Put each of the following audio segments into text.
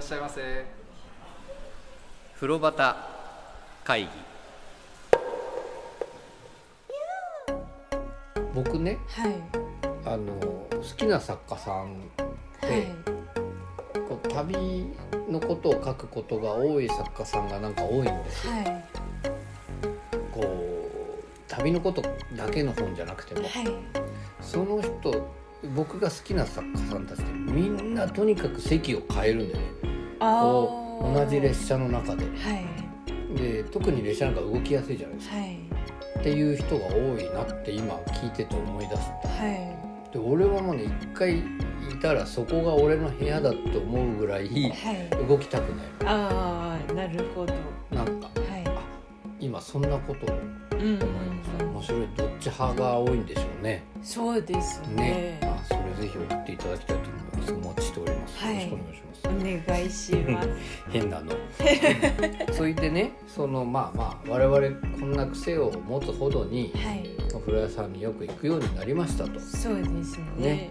しゃいませ風呂端会議僕ねはいあの好きな作家さんで、はいこう旅のことを書くことが多い作家さんがなんか多いんですよはいこう旅のことだけの本じゃなくても、はいその人僕が好きな作家さんたちってみんなとにかく席を変えるんだよねあこうー同じ列車の中ではいで特に列車なんか動きやすいじゃないですかはいっていう人が多いなって今聞いてて思い出すはいで俺はもうね一回いたらそこが俺の部屋だと思うぐらいはい動きたくなああなるほどいなんかは今そんなこというんうん思いましたうん面白いどっち派が多いんでしょうねそうですねねあそれぜひ送っていただきたいと思いますお待ちしております、はいよろしくお願いしますお願いします変なの それでねそのまあまあ我々こんな癖を持つほどにはいお風呂屋さんによく行くようになりましたとそうですねね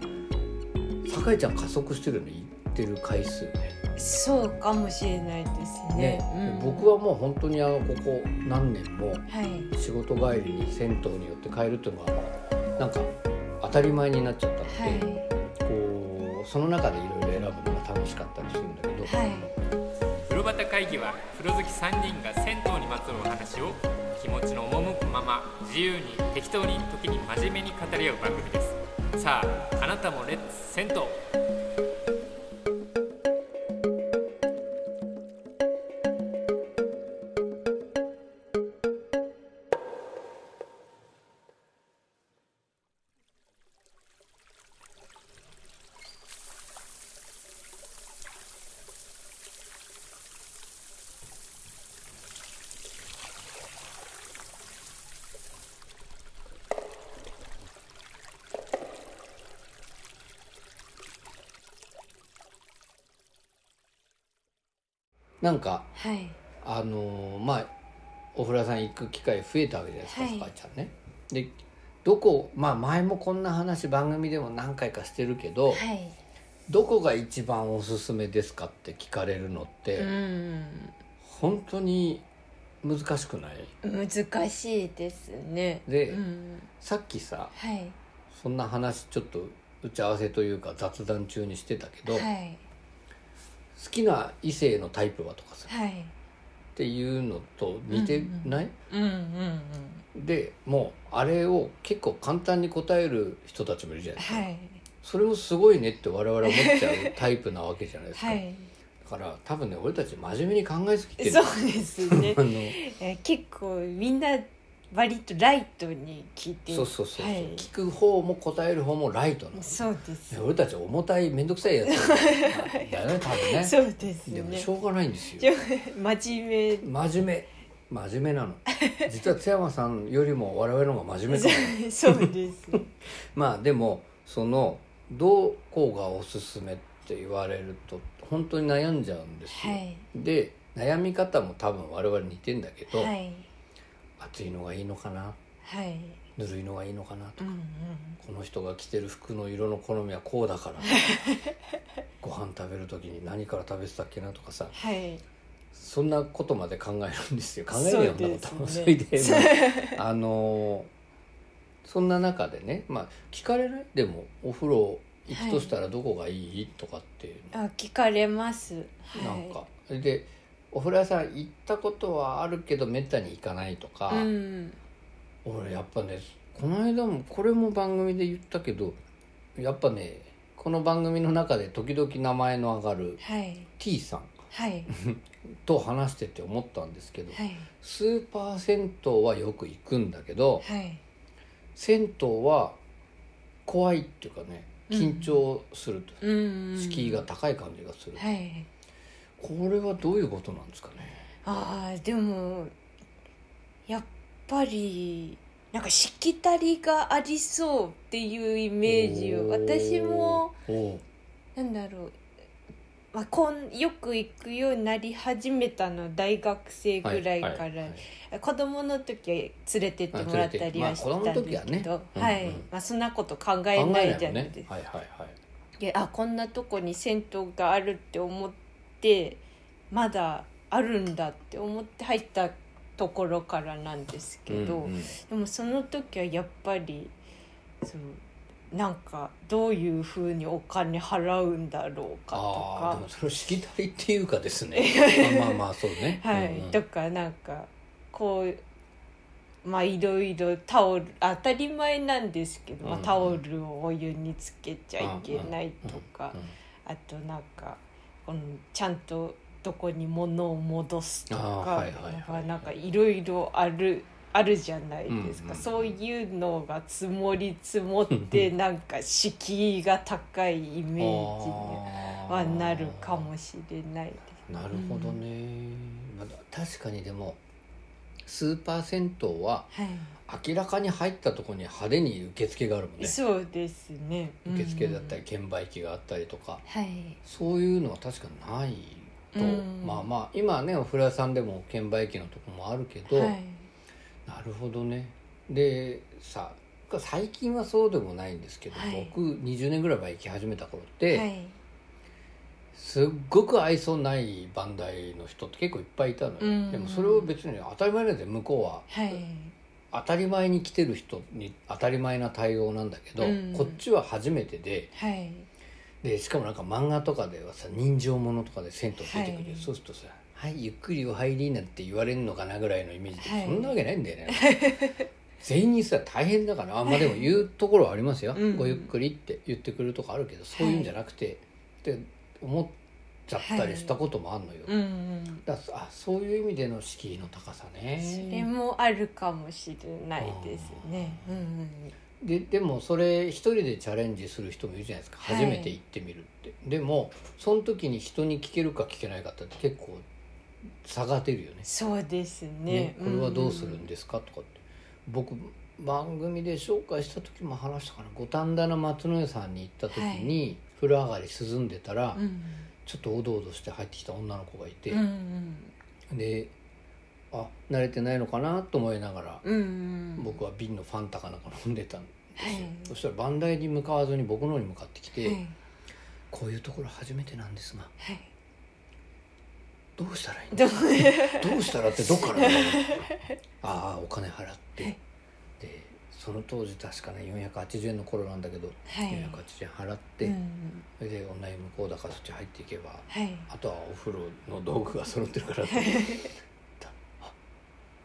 酒井ちゃん加速してるの行ってる回数ねそうかもしれないですねね、うん僕はもう本当にあのここ何年もはい仕事帰りに銭湯によって帰るっていうのがなんか当たり前になっちゃったので、はいこうその中でいろいろ選ぶのが楽しかったりするんだけど、はい風呂端会議は風呂好き3人が銭湯にまつわるお話を気持ちの赴くまま自由に適当に時に真面目に語り合う番組ですさああなたもレッツ銭湯なんかはいあのーまあお風呂屋さん行く機会増えたわけじゃないですか、はいスパちゃんね。でどこまあ前もこんな話番組でも何回かしてるけど、はいどこが一番おすすめですかって聞かれるのって、うん本当に難しくない難しいですねでうんさっきさはいそんな話ちょっと打ち合わせというか雑談中にしてたけど、はい好きな異性のタイプはとかさはいっていうのと似てない、うんうんうんでもうあれを結構簡単に答える人たちもいるじゃないですか、はいそれもすごいねって我々思っちゃうタイプなわけじゃないですか、はいだから多分ね俺たち真面目に考えすぎてるそうですね あのえー結構みんな割とライトに聞いてそうそうそう、はい聞く方も答える方もライトなのそうです俺たち重たい面倒くさいや つだよね多分ねそうですでもねしょうがないんですよでも真面真面目真面目なの 実は津山さんよりも我々の方が 真面目かも目そうですまあでもそのどこがおすすめって言われると本当に悩んじゃうんですよ、はいで悩み方も多分我々似てんだけど、はい暑いのがいいのかなはいぬるいのがいいのかなとうんうんこの人が着てる服の色の好みはこうだから ご飯食べる時に何から食べてたっけなとかさはいそんなことまで考えるんですよ考えるようなこともそそうれでですま ああのそんな中でねまあ聞かれないでもお風呂行くとしたらどこがいいとかっていうあ聞かれますのはいなんか、それでお風呂屋さん行ったことはあるけどめったに行かないとか、うん俺やっぱねこの間もこれも番組で言ったけどやっぱねこの番組の中で時々名前の上がるはい T さんはいと話してて思ったんですけど、はいスーパー銭湯はよく行くんだけどはい銭湯は怖いっていうかね緊張すると、うんうん敷居が高い感じがする、はいこれはどういうことなんですかねああでもやっぱりなんかしきたりがありそうっていうイメージを私もおーなんだろう、まあ、こんよく行くようになり始めたのは大学生はぐらいから、ははい子供の時は連れてってもらったりはしてたんですけど、あ連れてまあ子供の時はねうんはい、うんまあ、そんなこと考考ええなないいもじゃんないねですかはいはいはいであこんなとこに銭湯があるって思っってまだあるんだって思って入ったところからなんですけど、うんうんでもその時はやっぱりそのなんかどういうふうにお金払うんだろうかとああかでもそれをしきたりっていうかです ねまあまあまあそうねはい、うんうんとかなんかこうまあいろいろタオル当たり前なんですけど、まあうんタオルをお湯につけちゃいけないとか、うんうんあとなんかこのちゃんとどこに物を戻すとかあーはいはいはいなんかいろいろある。あるじゃないですうんか、うんそういうのが積もり積もってなんか敷居が高いイメージにはなるかもしれないです。なるほどね、まあ、確かにでもスーパー銭湯ははい明らかに入ったところに派手に受付があるもんねそうですね受付だったりうん券売機があったりとか、はいそういうのは確かないと、うんまあまあ今はねお風呂屋さんでも券売機のとこもあるけど、はいなるほどねでさ最近はそうでもないんですけど、はい僕20年ぐらい前行き始めた頃って、はいすっごく愛想ないバンダイの人って結構いっぱいいたのよ、うんでもそれを別に当たり前なんで向こうははい当たり前に来てる人に当たり前な対応なんだけど、うんこっちは初めてではいでしかもなんか漫画とかではさ人情ものとかで銭湯出てくるよ、はいそうするとさ「はいゆっくりお入り」なんて言われるのかなぐらいのイメージで、はいそんなわけないんだよね全員にさ大変だからあまあでも言うところはありますよ、うんごゆっくりって言ってくれるとこあるけどそういうんじゃなくて、って思っちゃったりしたこともあるのよ、うんうんだからあそういう意味での敷居の高さそれねもあるかもしれないですねあうーんででもそれ一人でチャレンジする人もいるじゃないですかはい初めて行ってみるって、でもその時に人に聞けるか聞けないかって結構差が出るよねそうですねねこれはどうするんでですかとかって僕番組で紹介した時も話したかな五反田の松の湯さんに行った時に、風呂上がり涼んでたら、うんちょっとおどおどして入ってきた女の子がいてう、んであ慣れてないのかなと思いながらうんうん僕は瓶のファンタかなんか飲んでたんですよ、はいそしたら番台に向かわずに僕の方に向かってきて、はいこういうところ初めてなんですがはいどうしたらいいんどでうすかどうしたらってどっからだろう ああお金払って、はいでその当時確かね480円の頃なんだけど、はい480円払って、うんそれでオンライン向こうだからそっち入っていけばはいあとはお風呂の道具が揃ってるから ってだあ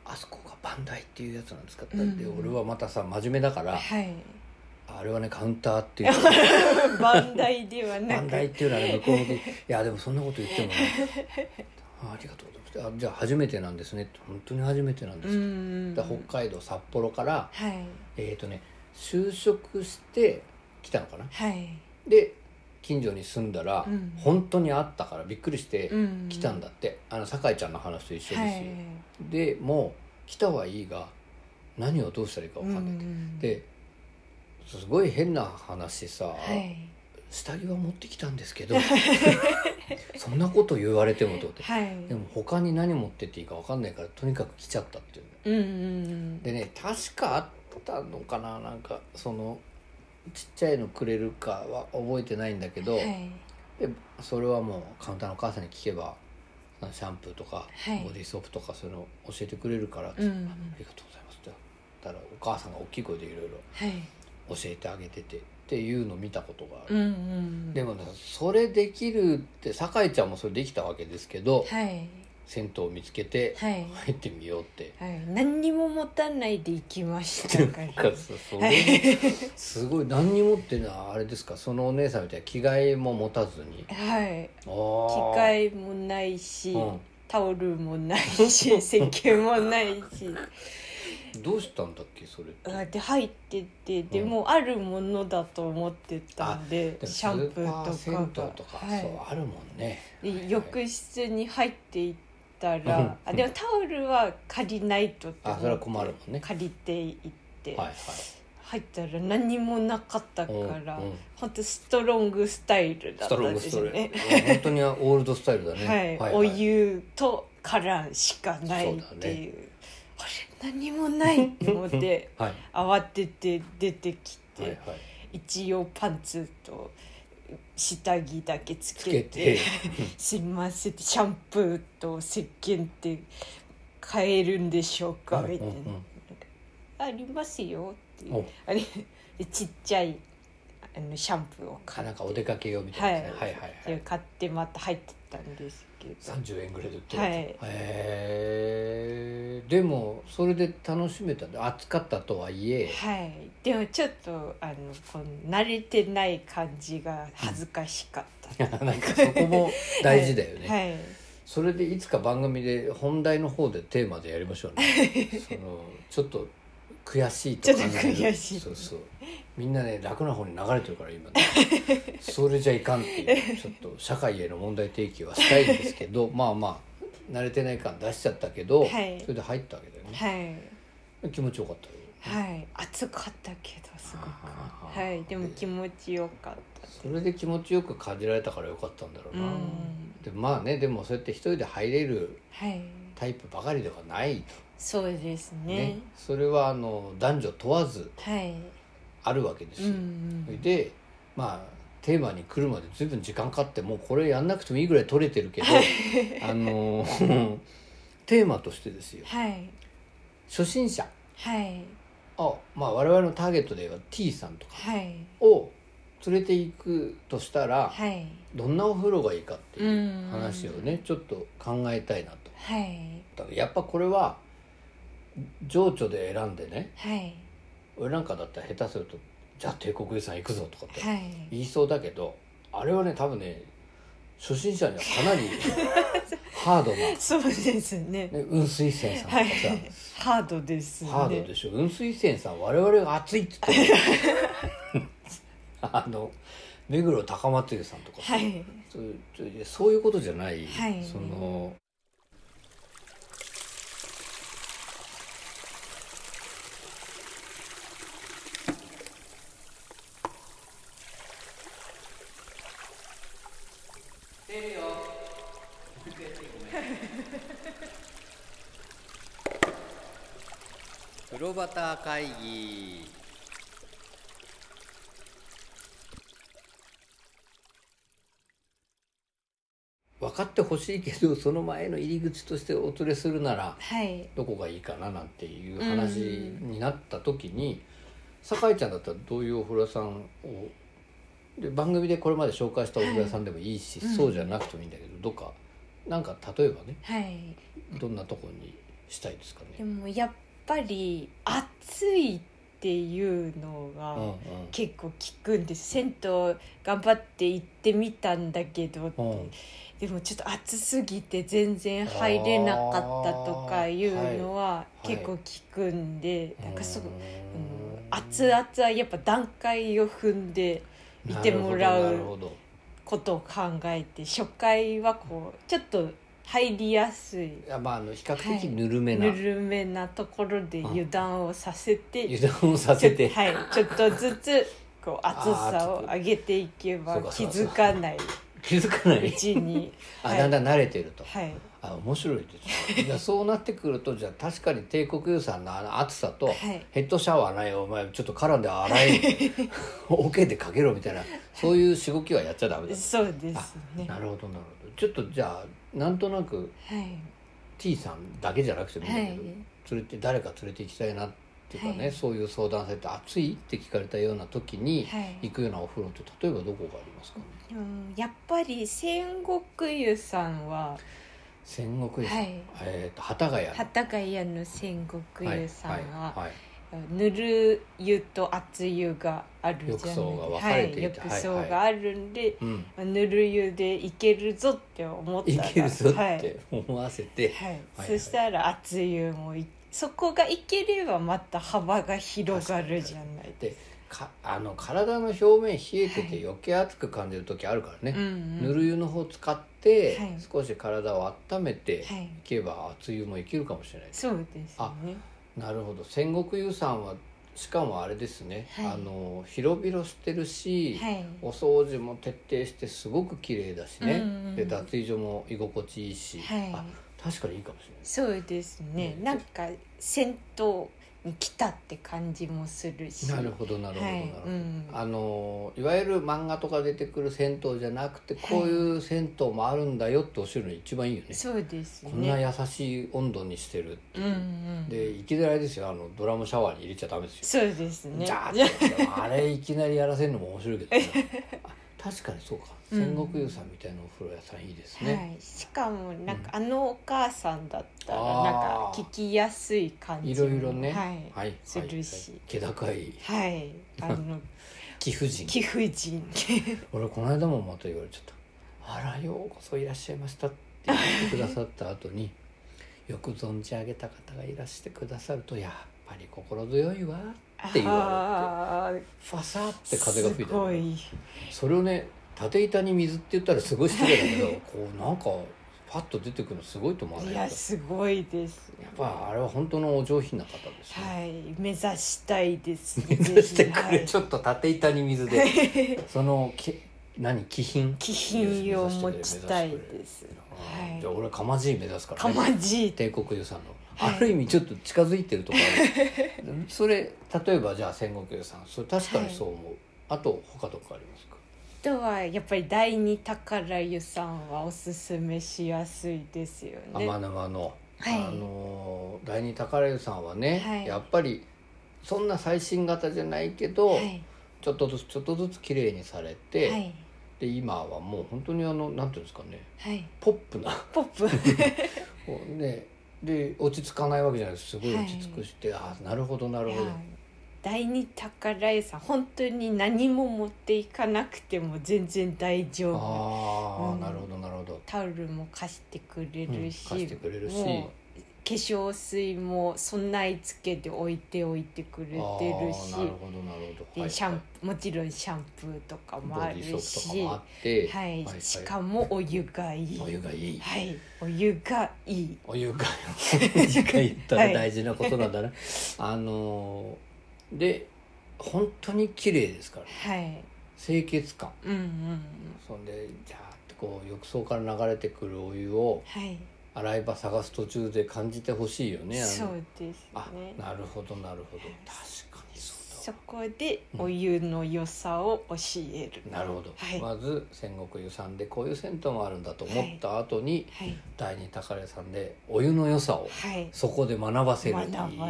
あそこがバンダイっていうやつなんですかって、うんで俺はまたさ真面目だからはいあれはねカウンターっていうバンダイではなバくンダイっていうのはね向こう向きいやでもそんなこと言ってもねあありがとうございますあじゃあ初めてなんですねって本当に初めてなんでうんす、うんだ北海道札幌からはいえっ、とね就職して来たのかなはいで近所に住んだら、うん本当にあったからびっくりして、うん来たんだってあの酒井ちゃんの話と一緒ですし、はいでもう来たはいいが何をどうしたらいいか分かんない、うんですごい変な話さ、はい下着は持ってきたんですけど そんなこと言われてもどうってはいでも他に何持ってっていいか分かんないからとにかく来ちゃったっていううんうんでね確かあったのかななんかそのちっちゃいのくれるかは覚えてないんだけうんど、はいでそれはもうカウンターのお母さんに聞けばあのシャンプーとか、はいボディーソープとかそういうの教えてくれるからって、うんありがとうございますってだからお母さんが大きい声でいろいろはい教えてあげててっていうのを見たことがあうる、んうんでもねそれできるって酒井ちゃんもそれできたわけですけど、はい銭湯を見つけてはい入ってみようって、はい何にも持たないで行きましたかなんらかさそはいれすごい何にもっていうのはあれですかそのお姉さんみたいな着替えも持たずにはい着機替え械もないしうんタオルもな いし石鹸もないしどうしたんだっけそれってあで入っててでうんもうあるものだと思ってたんででもシャンスプーーとパー銭湯かとか、がはいそうあるもんねはいはでい浴室に入っていったうんらあでもタオルは借りないとって思っあてそれは困るもんね借りていって、はいはい入ったら何もなかったから、うんうんほんとストロングスタイルだスったトんロングでスすトよレーねト。本当にオールドスタイルだね、はい、お湯とカランしかないっそうだてねいうあれ何もないって思ってはい慌てて出てきて、はいはい一応パンツと下着だけつつけけててすいませんシャンプーと石鹸って買えるんでしょうかみたいなうんうんうん「ありますよ」っていうおあれでちっちゃいあのシャンプーを買なっんかお出かけ用みたいなやつね、ははいい、はいはいて買ってまた入ってたんですけど30円ぐらいで売ってるはいへえでもそれで楽しめたんで暑かったとはい えはいでもちょっとあのこの慣れてない感じが恥ずかしかったなんかそこも大事だよね、はいそれでいつか番組で本題の方でテーマでやりましょ うねそのちょっと悔しいと考えるちょっと悔しいそうそうみんなね楽な方に流れてるから今 ねそれじゃいかんっていうちょっと社会への問題提起はしたいんですけどまあまあ慣れてない感出しちゃったけど、はいそれで入ったわけだよね、はい気持ちよかったよはい暑かったけどすごくあーはいでも気持ちよかったそれで気持ちよく感じられたからよかったんだろううな、んでまあねでもそうやって一人で入れるはいタイプばかりではないそうですと、ねねそれはあの男女問わずはいあるわけですうよ、んうんでまあテーマに来るまで随分時間かかってもうこれやんなくてもいいぐらい取れてる けどあの テーマとしてですよはい初心者はいあ、まあ、我々のターゲットで言えば T さんとかはいを連れていくとしたら、はいどんなお風呂がいいかっていう話をうねちょっと考えたいなとはいだからやっぱこれは情緒で選んでねはい俺なんかだったら下手すると「じゃあ帝国遺産行くぞ」とかってはい言いそうだけどあれはね多分ね初心者にはかな りハードな、ね、そうですね雲水泉さんとかはいさ、ハードですねハードでしょ雲水泉さん我々が熱いっつってる あの目黒高松湯さんとかさはいそういうちょいやそういうことじゃない、はいその風呂旗会議分かってほしいけどその前の入り口としてお連れするならはいどこがいいかななんていう話になった時に酒井ちゃんだったらどういうお風呂屋さんをで番組でこれまで紹介したお風呂屋さんでもいいし、はいうんそうじゃなくてもいいんだけどどっかなんか例えばねはいどんなとこにしたいですかでね。もやっぱり暑いっていうのが、うんうん結構聞くんです銭湯頑張って行ってみたんだけど、うんでもちょっと暑すぎて全然入れなかったとかいうのはあーはい結構聞くんで、なんかすごうい、うんん熱々はやっぱ段階を踏んで見てもらなるほどなうるほどことを考えて初回はこうちょっと入りやすいいやまああの比較的ぬるめな、ぬるめなところで油断をさせて油断をさせてちょ はい、ちょっとずつこう暑さを上げていけばあー気ちょっとづかない気づかなういちに あ、はいだんだん慣れてると、はいあ面白いです ねいやそうなってくるとじゃあ確かに帝国湯さんのあの暑さと、はいヘッドシャワーないお前ちょっと絡んで洗 えオケでかけろみたいなそういうしごきはやっちゃダメだ、そうですねなるほどなるほどちょっとじゃあなんとなくはい T さんだけじゃなくてもいいんだけど、はい連れて誰か連れて行きたいなっていうかね、はいそういう相談されて「暑い?」って聞かれたような時にはい行くようなお風呂って例えばどこがありますか、うんやっぱり戦国湯さんは戦国湯さん、はいえーと幡ヶ谷の幡ヶ谷の戦国湯さんは、はいはいはいぬる湯と熱湯があるじゃな浴い槽が分かれていてはいはい、浴槽があるんで、うんぬる湯でいけるぞって思ったいらけるぞっはいて思わせて、はい、はいそしたら熱湯もいそこがいければまた幅が広がるじゃないでかあの体の表面冷えてて余計熱く感じる時あるからね、うんぬうんる湯の方使ってはい少し体を温めていはいけば熱湯もいけるかもしれないです、そうですあねなるほど戦国湯さんはしかもあれですね、はいあの広々してるし、はいお掃除も徹底してすごく綺麗だしね、うんうんで脱衣所も居心地いいし、はいあ確かにいいかもしれないそうですねねなんか銭湯来たって感じもするしなるほどなるほどなはいるほど、うんあのいわゆる漫画とか出てくる銭湯じゃなくてこういう銭湯もあるんだよって教えるの一番いいよねそうですねこんな優しい温度にしてるってうんうんでいきなりですよあのドラムシャワーに入れちゃダメですよそうですねジャーって あれいきなりやらせるのも面白いけどねあ確かにそうかうん戦国湯さんみたいなお風呂屋さんいいですはね、い、しかもなんか、あのお母さんだったらあーなんか聞きやすい感い、じもろいろねはい、はいするし気高いはい、あ の貴婦人貴婦人俺この間もまた言われちゃった「あらようこそいらっしゃいました」って言ってくださった後に よく存じ上げた方がいらしてくださるとやっぱり心強いわって言われてあーファサーって風が吹いすごたいそれをね縦板に水って言ったらすごい失礼だけど こうなんかパッと出てくるのすごいと思わないいやっやすごいですぱあれは本当のお上品な方ですね、はい目指したいです ねそしてこはれいちょっと縦板に水でそのき何気品気品を持ちたいですはいじゃあ俺はかまじい目指すからかねまじい帝国湯さんの、はいある意味ちょっと近づいてるとこあ るそれ例えばじゃあ戦国湯さんそれ確かにそう思う、あと他とかありますかとはやっぱり第二宝湯さんはおすすめしやすいですよね天沼の、はいあのー第二宝湯さんはね、はいやっぱりそんな最新型じゃないけど、はいちょっとずつちょっとずつ綺麗にされて、はいで今はもう本当にあのなんていうんですかねはいポップな ポップこうねで落ち着かないわけじゃないですすごい落ち着くして、ああなるほどなるほど、はい第二宝湯さん本当に何も持っていかなくても全然大丈夫ああ、うんなるほどなるほどタオルも貸してくれうん貸るし,、してくれるしもう化粧水も備え付けて置いておいてくれてるあしーなるほどなるほどでシャンプーもちろんシャンプーとかもボあデるィしーソープとかもあってはい、しかもお湯がいいお湯がいい、はいお湯がいいお湯が お湯が言ったはらい大事なことなんだな、あのーで本当に綺麗ですからはい清潔感うんうんうんそんでジャーってこう浴槽から流れてくるお湯をはい、洗い場探す途中で感じてほしいよねあのそうですあねなるほどなるほど確かにそうそこでお湯の良さを教える、だなるほど、はいまず戦国湯さんでこういう銭湯もあるんだと思った後に、はい第二宝屋さんでお湯の良さをはいそこで学ばせる学ばせるいや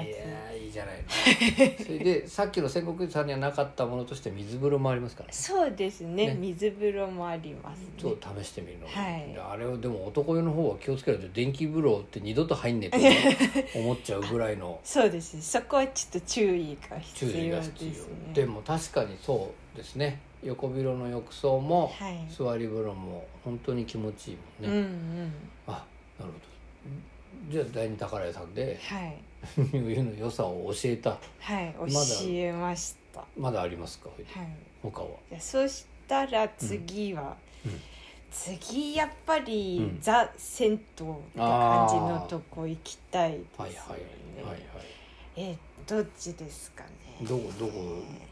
ーいいじゃない のそれでさっきの戦国湯さんにはなかったものとして水風呂もありますからそうですねね水風呂もありますねそう試してみるの、はいあれをでも男湯の方は気をつけないと電気風呂って二度と入んねえ って思っちゃうぐらいのそうですねそこはちょっと注意が必注意要がです必要ねで,、も確かにそうですね横広の浴槽も、はい座り風呂も本当に気持ちいいもんうんね、うんあなるほどじゃあ第二宝屋さんで はい湯の良さを教えたはいだ教えましたはまだありますかい他はじゃあそうしたら次は、うんうん次やっぱり、うんザ銭湯って感じのとこ行きたいですよはいねはいはいはえーどっちですかねいどこどこ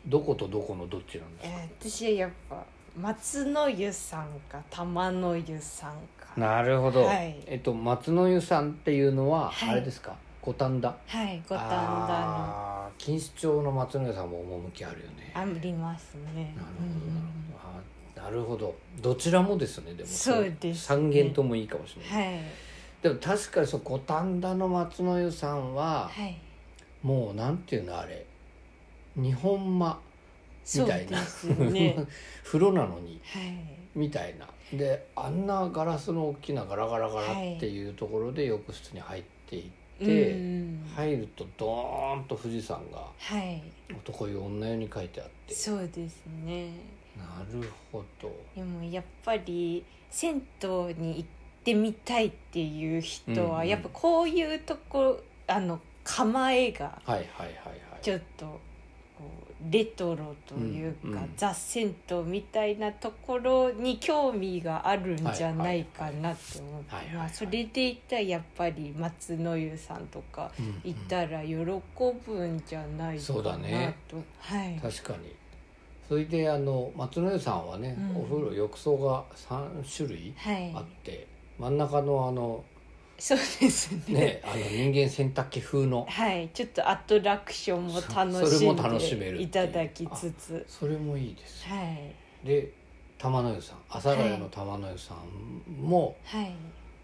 どことどこのどっちなんでえすかー私はやっぱ松の湯さんか玉の湯さんかなるほど、はいえっと松の湯さんっていうのははいあれですか五反田はい五五反田のの錦糸町の松の湯さんも趣あるよねありますねなるうんうんほど、あーなるほどどちらもですねでもそうですね三軒ともいいかもしれない、はいでも確かにそう五反田の松の湯さんは、はいもうなんていうのあれ日本間そうたいでなすね 風呂なのに はいみたいなであんなガラスの大きなガラガラガラっていうところで浴室に入っていって、うん入るとドーンと富士山がはい男湯女湯に書いてあってそうですねなるほどでもやっぱり銭湯に行ってみたいっていう人うんはうんやっぱこういうところあの構えがはいはいはいはいちょっとこうレトロといううんうかんザ・銭湯みたいなところに興味があるんじゃないかなって思ってはいはいはいまあそれでいったらやっぱり松の湯さんとかうんうん行ったら喜ぶんじゃないかそうなだねとはい確かにそれであの松の湯さんはね、うんお風呂浴槽が3種類はいあって、真ん中のあのそうですねね、あの人間洗濯機風のはいちょっとアトラクションも楽そそしれんも楽しめるっていでういただきつつそれもいいですはいで玉の湯さん阿佐ヶ谷の玉の湯さんも、はい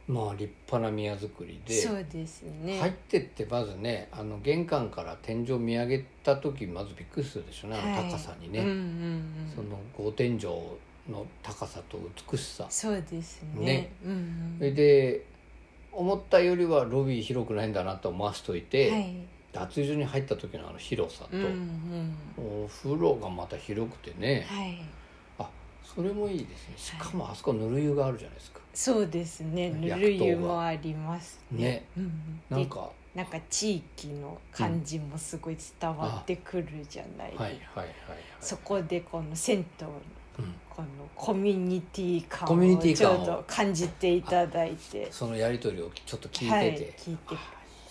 まあ立派な宮造りでそうですね、入ってってまずねあの玄関から天井見上げた時まずびっくりするでしょうねあはいの高さにうんうんね、うんその合天井の高さと美しさそうですねねうんうんそれで思ったよりはロビー広くないんだなと思わしといて、はい脱衣所に入った時のあの広さと、うんうんお風呂がまた広くてね、はいあそれもいいですねしかもあそこぬる湯があるじゃないですかそうですねぬ薬る湯が湯もありますねねうんうん、なんでかなんか地域の感じもすごい伝わってくるじゃない、はいはいはいはいそこでこの銭湯のうんこのコミュニティ感コミュニをティち感ょをうど感じていただいてそのやり取りをちょっと聞はいいてて、聞いてあいい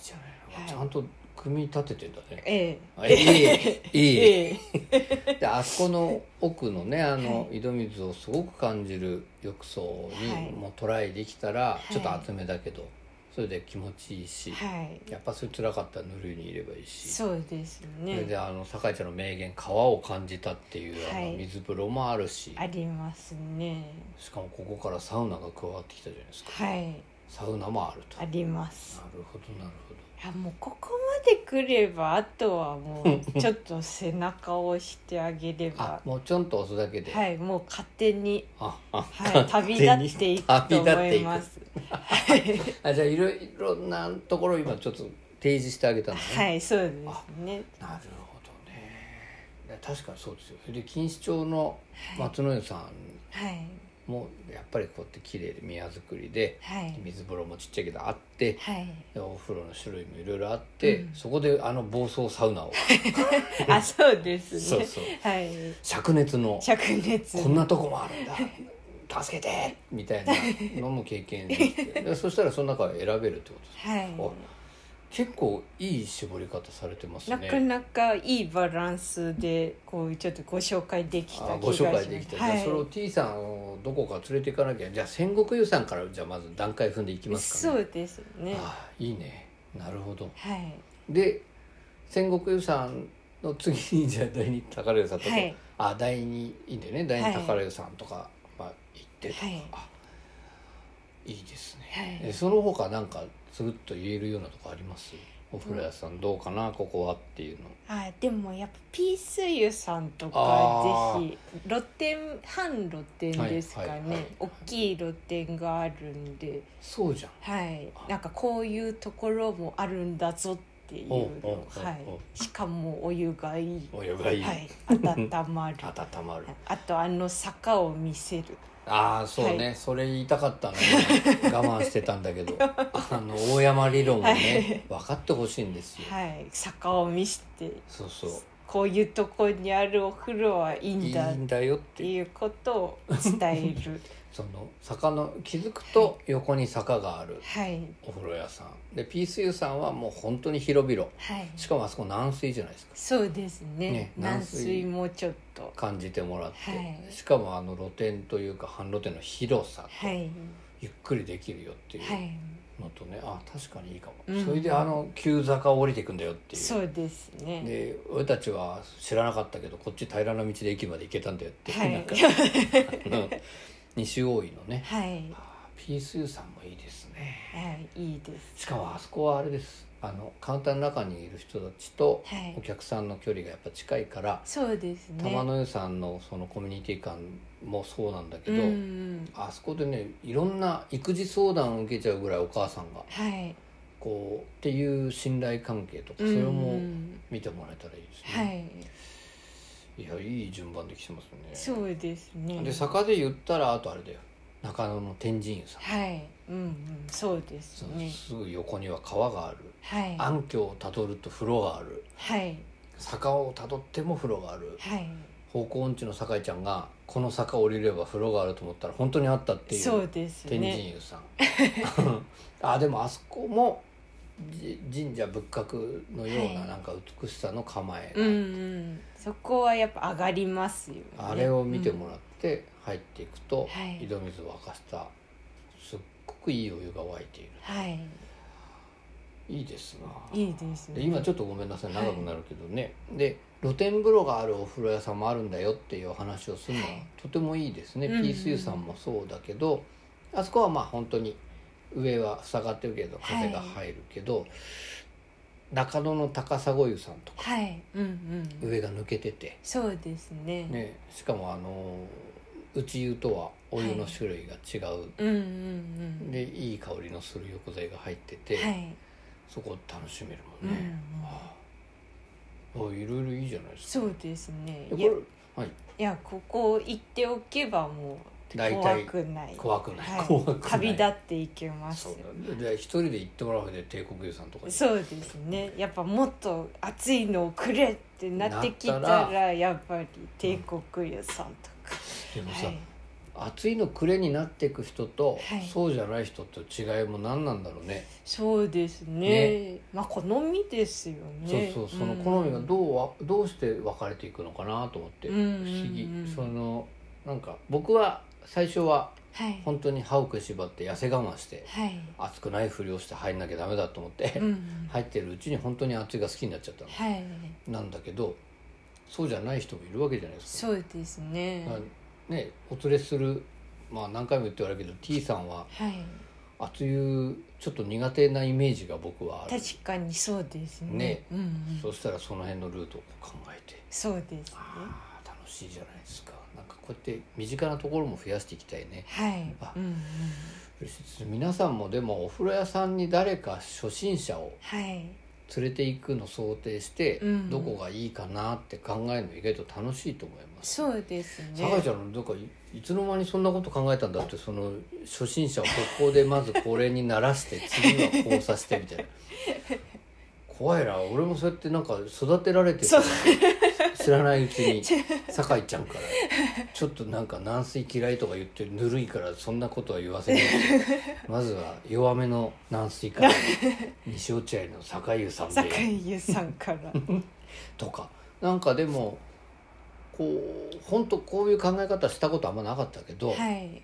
じゃない、はいちゃんと組み立ててんだねえあいい えいいええであそこの奥のねあのは井戸水をすごく感じる浴槽はいにもうトライできたら、はいちょっと厚めだけどそれで気持ちいいし、はいやっぱそれ辛かったらぬるいにいればいいしそうですそれでねあの酒井ちゃんの名言「川を感じた」っていう、はあいの水風呂もあるしありますねしかもここからサウナが加わってきたじゃないですかはいサウナもあるとあなりまするほどなるほどいやもうここまで来ればあとはもうちょっと背中を押してあげれあばもうちょんと押すだけで、はいもう勝手に、ああはい、勝旅手に立っていくと思いますあじゃあいろいろなところを今ちょっと提示してあげたのね、はいそうですねなるほどねで確かにそうですよそれで錦糸町の松之湯さはいんもやっぱりこうやって綺麗で宮造りではい水風呂もちっちゃいけどあってはいでお風呂の種類もいろいろあって、うんそこであの暴走サウナをあそうですねそうそうはい灼熱の灼熱こんなとこもあるんだ助けてみたいなのも経験でき てでそしたらその中を選べるってことですは結構いい絞り方されてますいねなかなかいいバランスでこうちょっとご紹介できた気あがしごます紹介できた、はじゃあそれをい T さんをどこか連れていかなきゃじゃあ戦国湯さんからじゃあまず段階踏んでいきますかそねうですねはあいいねなるほどいで戦国湯さんの次にじゃあ第二宝湯さんとか、はいあ第二いいんだよね第は二い宝湯さんとか、まあ、行ってとか、はいあいいですね、はいえその他なんかつぐっと言えるようなとこありますお風呂屋さんどうかなここはっていうのあでもやっぱピース湯さんとあかーぜひ露店半露店ですかね、はいはいはい大きい露店があるんでそうじゃんはいなんかこういうところもあるんだぞっていうのおうおうおうはいおうしかもお湯がいいお湯がいい、はい、温まる 温まるあとあの坂を見せるああそうね、はそれ言いたかったのに 我慢してたんだけどあの大山理論をね分かってほしいんですよ、はい坂を見せてそうそうこういうとこにあるお風呂はいいいんいだっんだよってていういうことを伝え るその坂の気づくと横に坂があるはいお風呂屋さんでピースユーさんはもう本当に広々はいしかもあそこ軟水じゃないですかそうですねね軟軟水水もちょっと感じてもらって、はいしかもあの露天というか半露天の広さとはいゆっくりできるよっていうはいのとね、あ確かにいいかも、うんそれであの急坂を降りていくんだよっていうそうですねで俺たちは知らなかったけどこっち平らな道で駅まで行けたんだよって、はなんい かあの西大井のねはいあーピースユーさんもいいですねはいいいですしかもあそこはあれですあのカウンターの中にいる人たちとはいお客さんの距離がやっぱ近いから、そうですね玉の湯さんのそのコミュニティ感もそうなんだけうんど、うんあそこでねいろんな育児相談を受けちゃうぐらいお母さんがはいこうっていう信頼関係とかそうんれも見てもらえたらいいですはね、いいやいい順番で来てますねそうですねで坂で言ったらあとあれだよ中野の天神湯さんはいうんうんそうですそうねすぐ横には川があるはい暗渠をたどると風呂があるはい坂をたどっても風呂があるはい方向音痴の酒井ちゃんがこの坂降りれば風呂があると思ったら本当にあったっていうそうです天ね神湯さんあでもあそこもじ神社仏閣のようはないなんか美しさの構えがうんうんそこはやっぱ上がりますよねあれを見てもららって入っていくとはい井戸水を沸かしたすっごくいいお湯が沸いていはいるいいですないいですでね今ちょっとごめんなさい長くなるけどね、で露天風呂があるお風呂屋さんもあるんだよっていうお話をするのははいとてもいいですね、うんうんピース湯さんもそうだけどあそこはまあ本当に上は塞がってるけどは風いが入るけど、中野の高砂湯さんとかはいうんうん上が抜けてて、そうですねね、しかもあの内湯とはお湯の種類が違う、うんうんうんでいい香りのする浴剤が入ってて、はい、そこ楽しめるうもんんうね。ん、ああいろいろいいじゃないですかそうですねでいやこれはいいやここ行っておけばもう大怖体くない怖くない、はい、怖くない旅立っていけますそうよだねで一人で行ってもらうわけで帝国湯さんとかにそうですねやっぱもっと熱いのをくれってなってきたなったらやっぱり帝国湯さんとか、でもさ、はい、暑いの暮れになっていく人と、はいそうじゃない人と違いも何なんだろうね、そうですねまあ好みですよねそうそうその好みがどうわ、どうして分かれていくのかなと思って、うんうんうん不思議そのなんか僕は最初ははい本当に歯を食いしばって痩せ我慢してはい、暑くないふりをして入んなきゃダメだと思って、うん、入ってるうちに本当に暑いが好きになっちゃったのはいなんだけどそうじゃない人もいるわけじゃないですかそうですねまあねお連れするまあ何回も言ってはあるけど T さんははい熱湯ちょっと苦手なイメージが僕はある確かにそうですねねうんうん、そしたらその辺のルートを考えてそうですねああ楽しいじゃないですかなんかこうやって身近なところも増やしていきたいねはいあうんうん嬉しいです皆さんもでもお風呂屋さんに誰か初心者をはい連れて行くの想定して、うんどこがいいかなって考えるの意外と楽しいと思いますそうですね酒井ちゃんのどっかいいつの間にそんなこと考えたんだってその初心者をここでまずこれに慣らして次はこうさせてみたいな怖いな俺もそうやってなんか育てられてるそう知らないうちに酒井ちゃんからちょっとなんか軟水嫌いとか言ってぬるいからそんなことは言わせないまずは弱めの軟水から西落合の酒井湯さんで酒井優さんから とかなんかでもこう本当こういう考え方したことあんまなかったけど、はい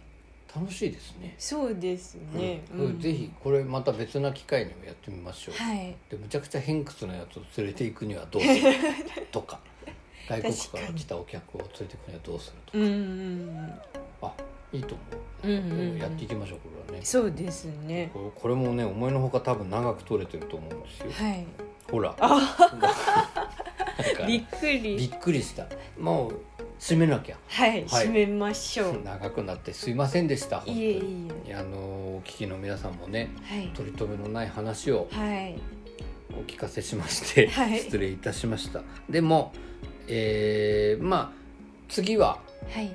楽しいですね。そうですね、うんうんぜひこれまた別な機会にもやってみましょう。はいでむちゃくちゃ偏屈なやつを連れて行くにはどうす るとか外国か確からに来たお客を連れて行くにはどうするとかうんうんいいと思う,、うんうんうんやっていきましょうこれはうんねそうですねこれこれもね思いのほか多分長く取れてると思うんです よはいほらなんかびっくびりっくりしたもう閉めなきゃはいはい締めましょう長くなってすいませんでした本当いにえいいやあのお聞きの皆さんもねえはい取り留めのない話をはいお聞かせしまして、はい失礼いたしましたでも、えーまあ次ははい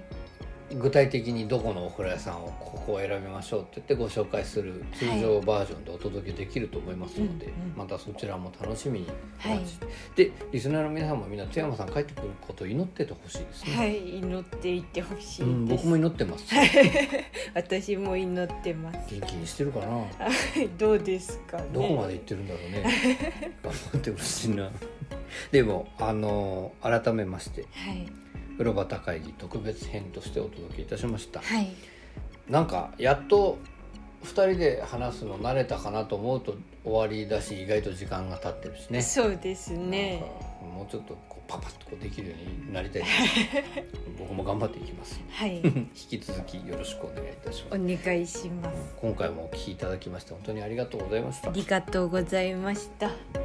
具体的にどこのお風呂屋さんをここを選びましょうって言ってご紹介する通常バージョンでお届けできると思いますので、うんうんまたそちらも楽しみにおはい待ちして、でリスナーの皆さんもみんな津山さん帰ってくることを祈っててほしいですね、はい祈っていってほしういん、です、僕も祈ってます私も祈ってます元気にしてるかなはいどうですかねどこまで行ってるんだろう ね頑張ってほしいなでもあの改めましてはい風呂端会議特別編としてお届けいたしましたはいなんかやっと2人で話すの慣れたかなと思うと終わりだし意外と時間が経ってるしねそうですねなんかもうちょっとこうパパッとこうできるようになりたいです僕も頑張っていきますはい引き続きよろしくお願いいたしまおす願いします今回もお聞きいただきまして本当にありがとうございましたありがとうございましたえ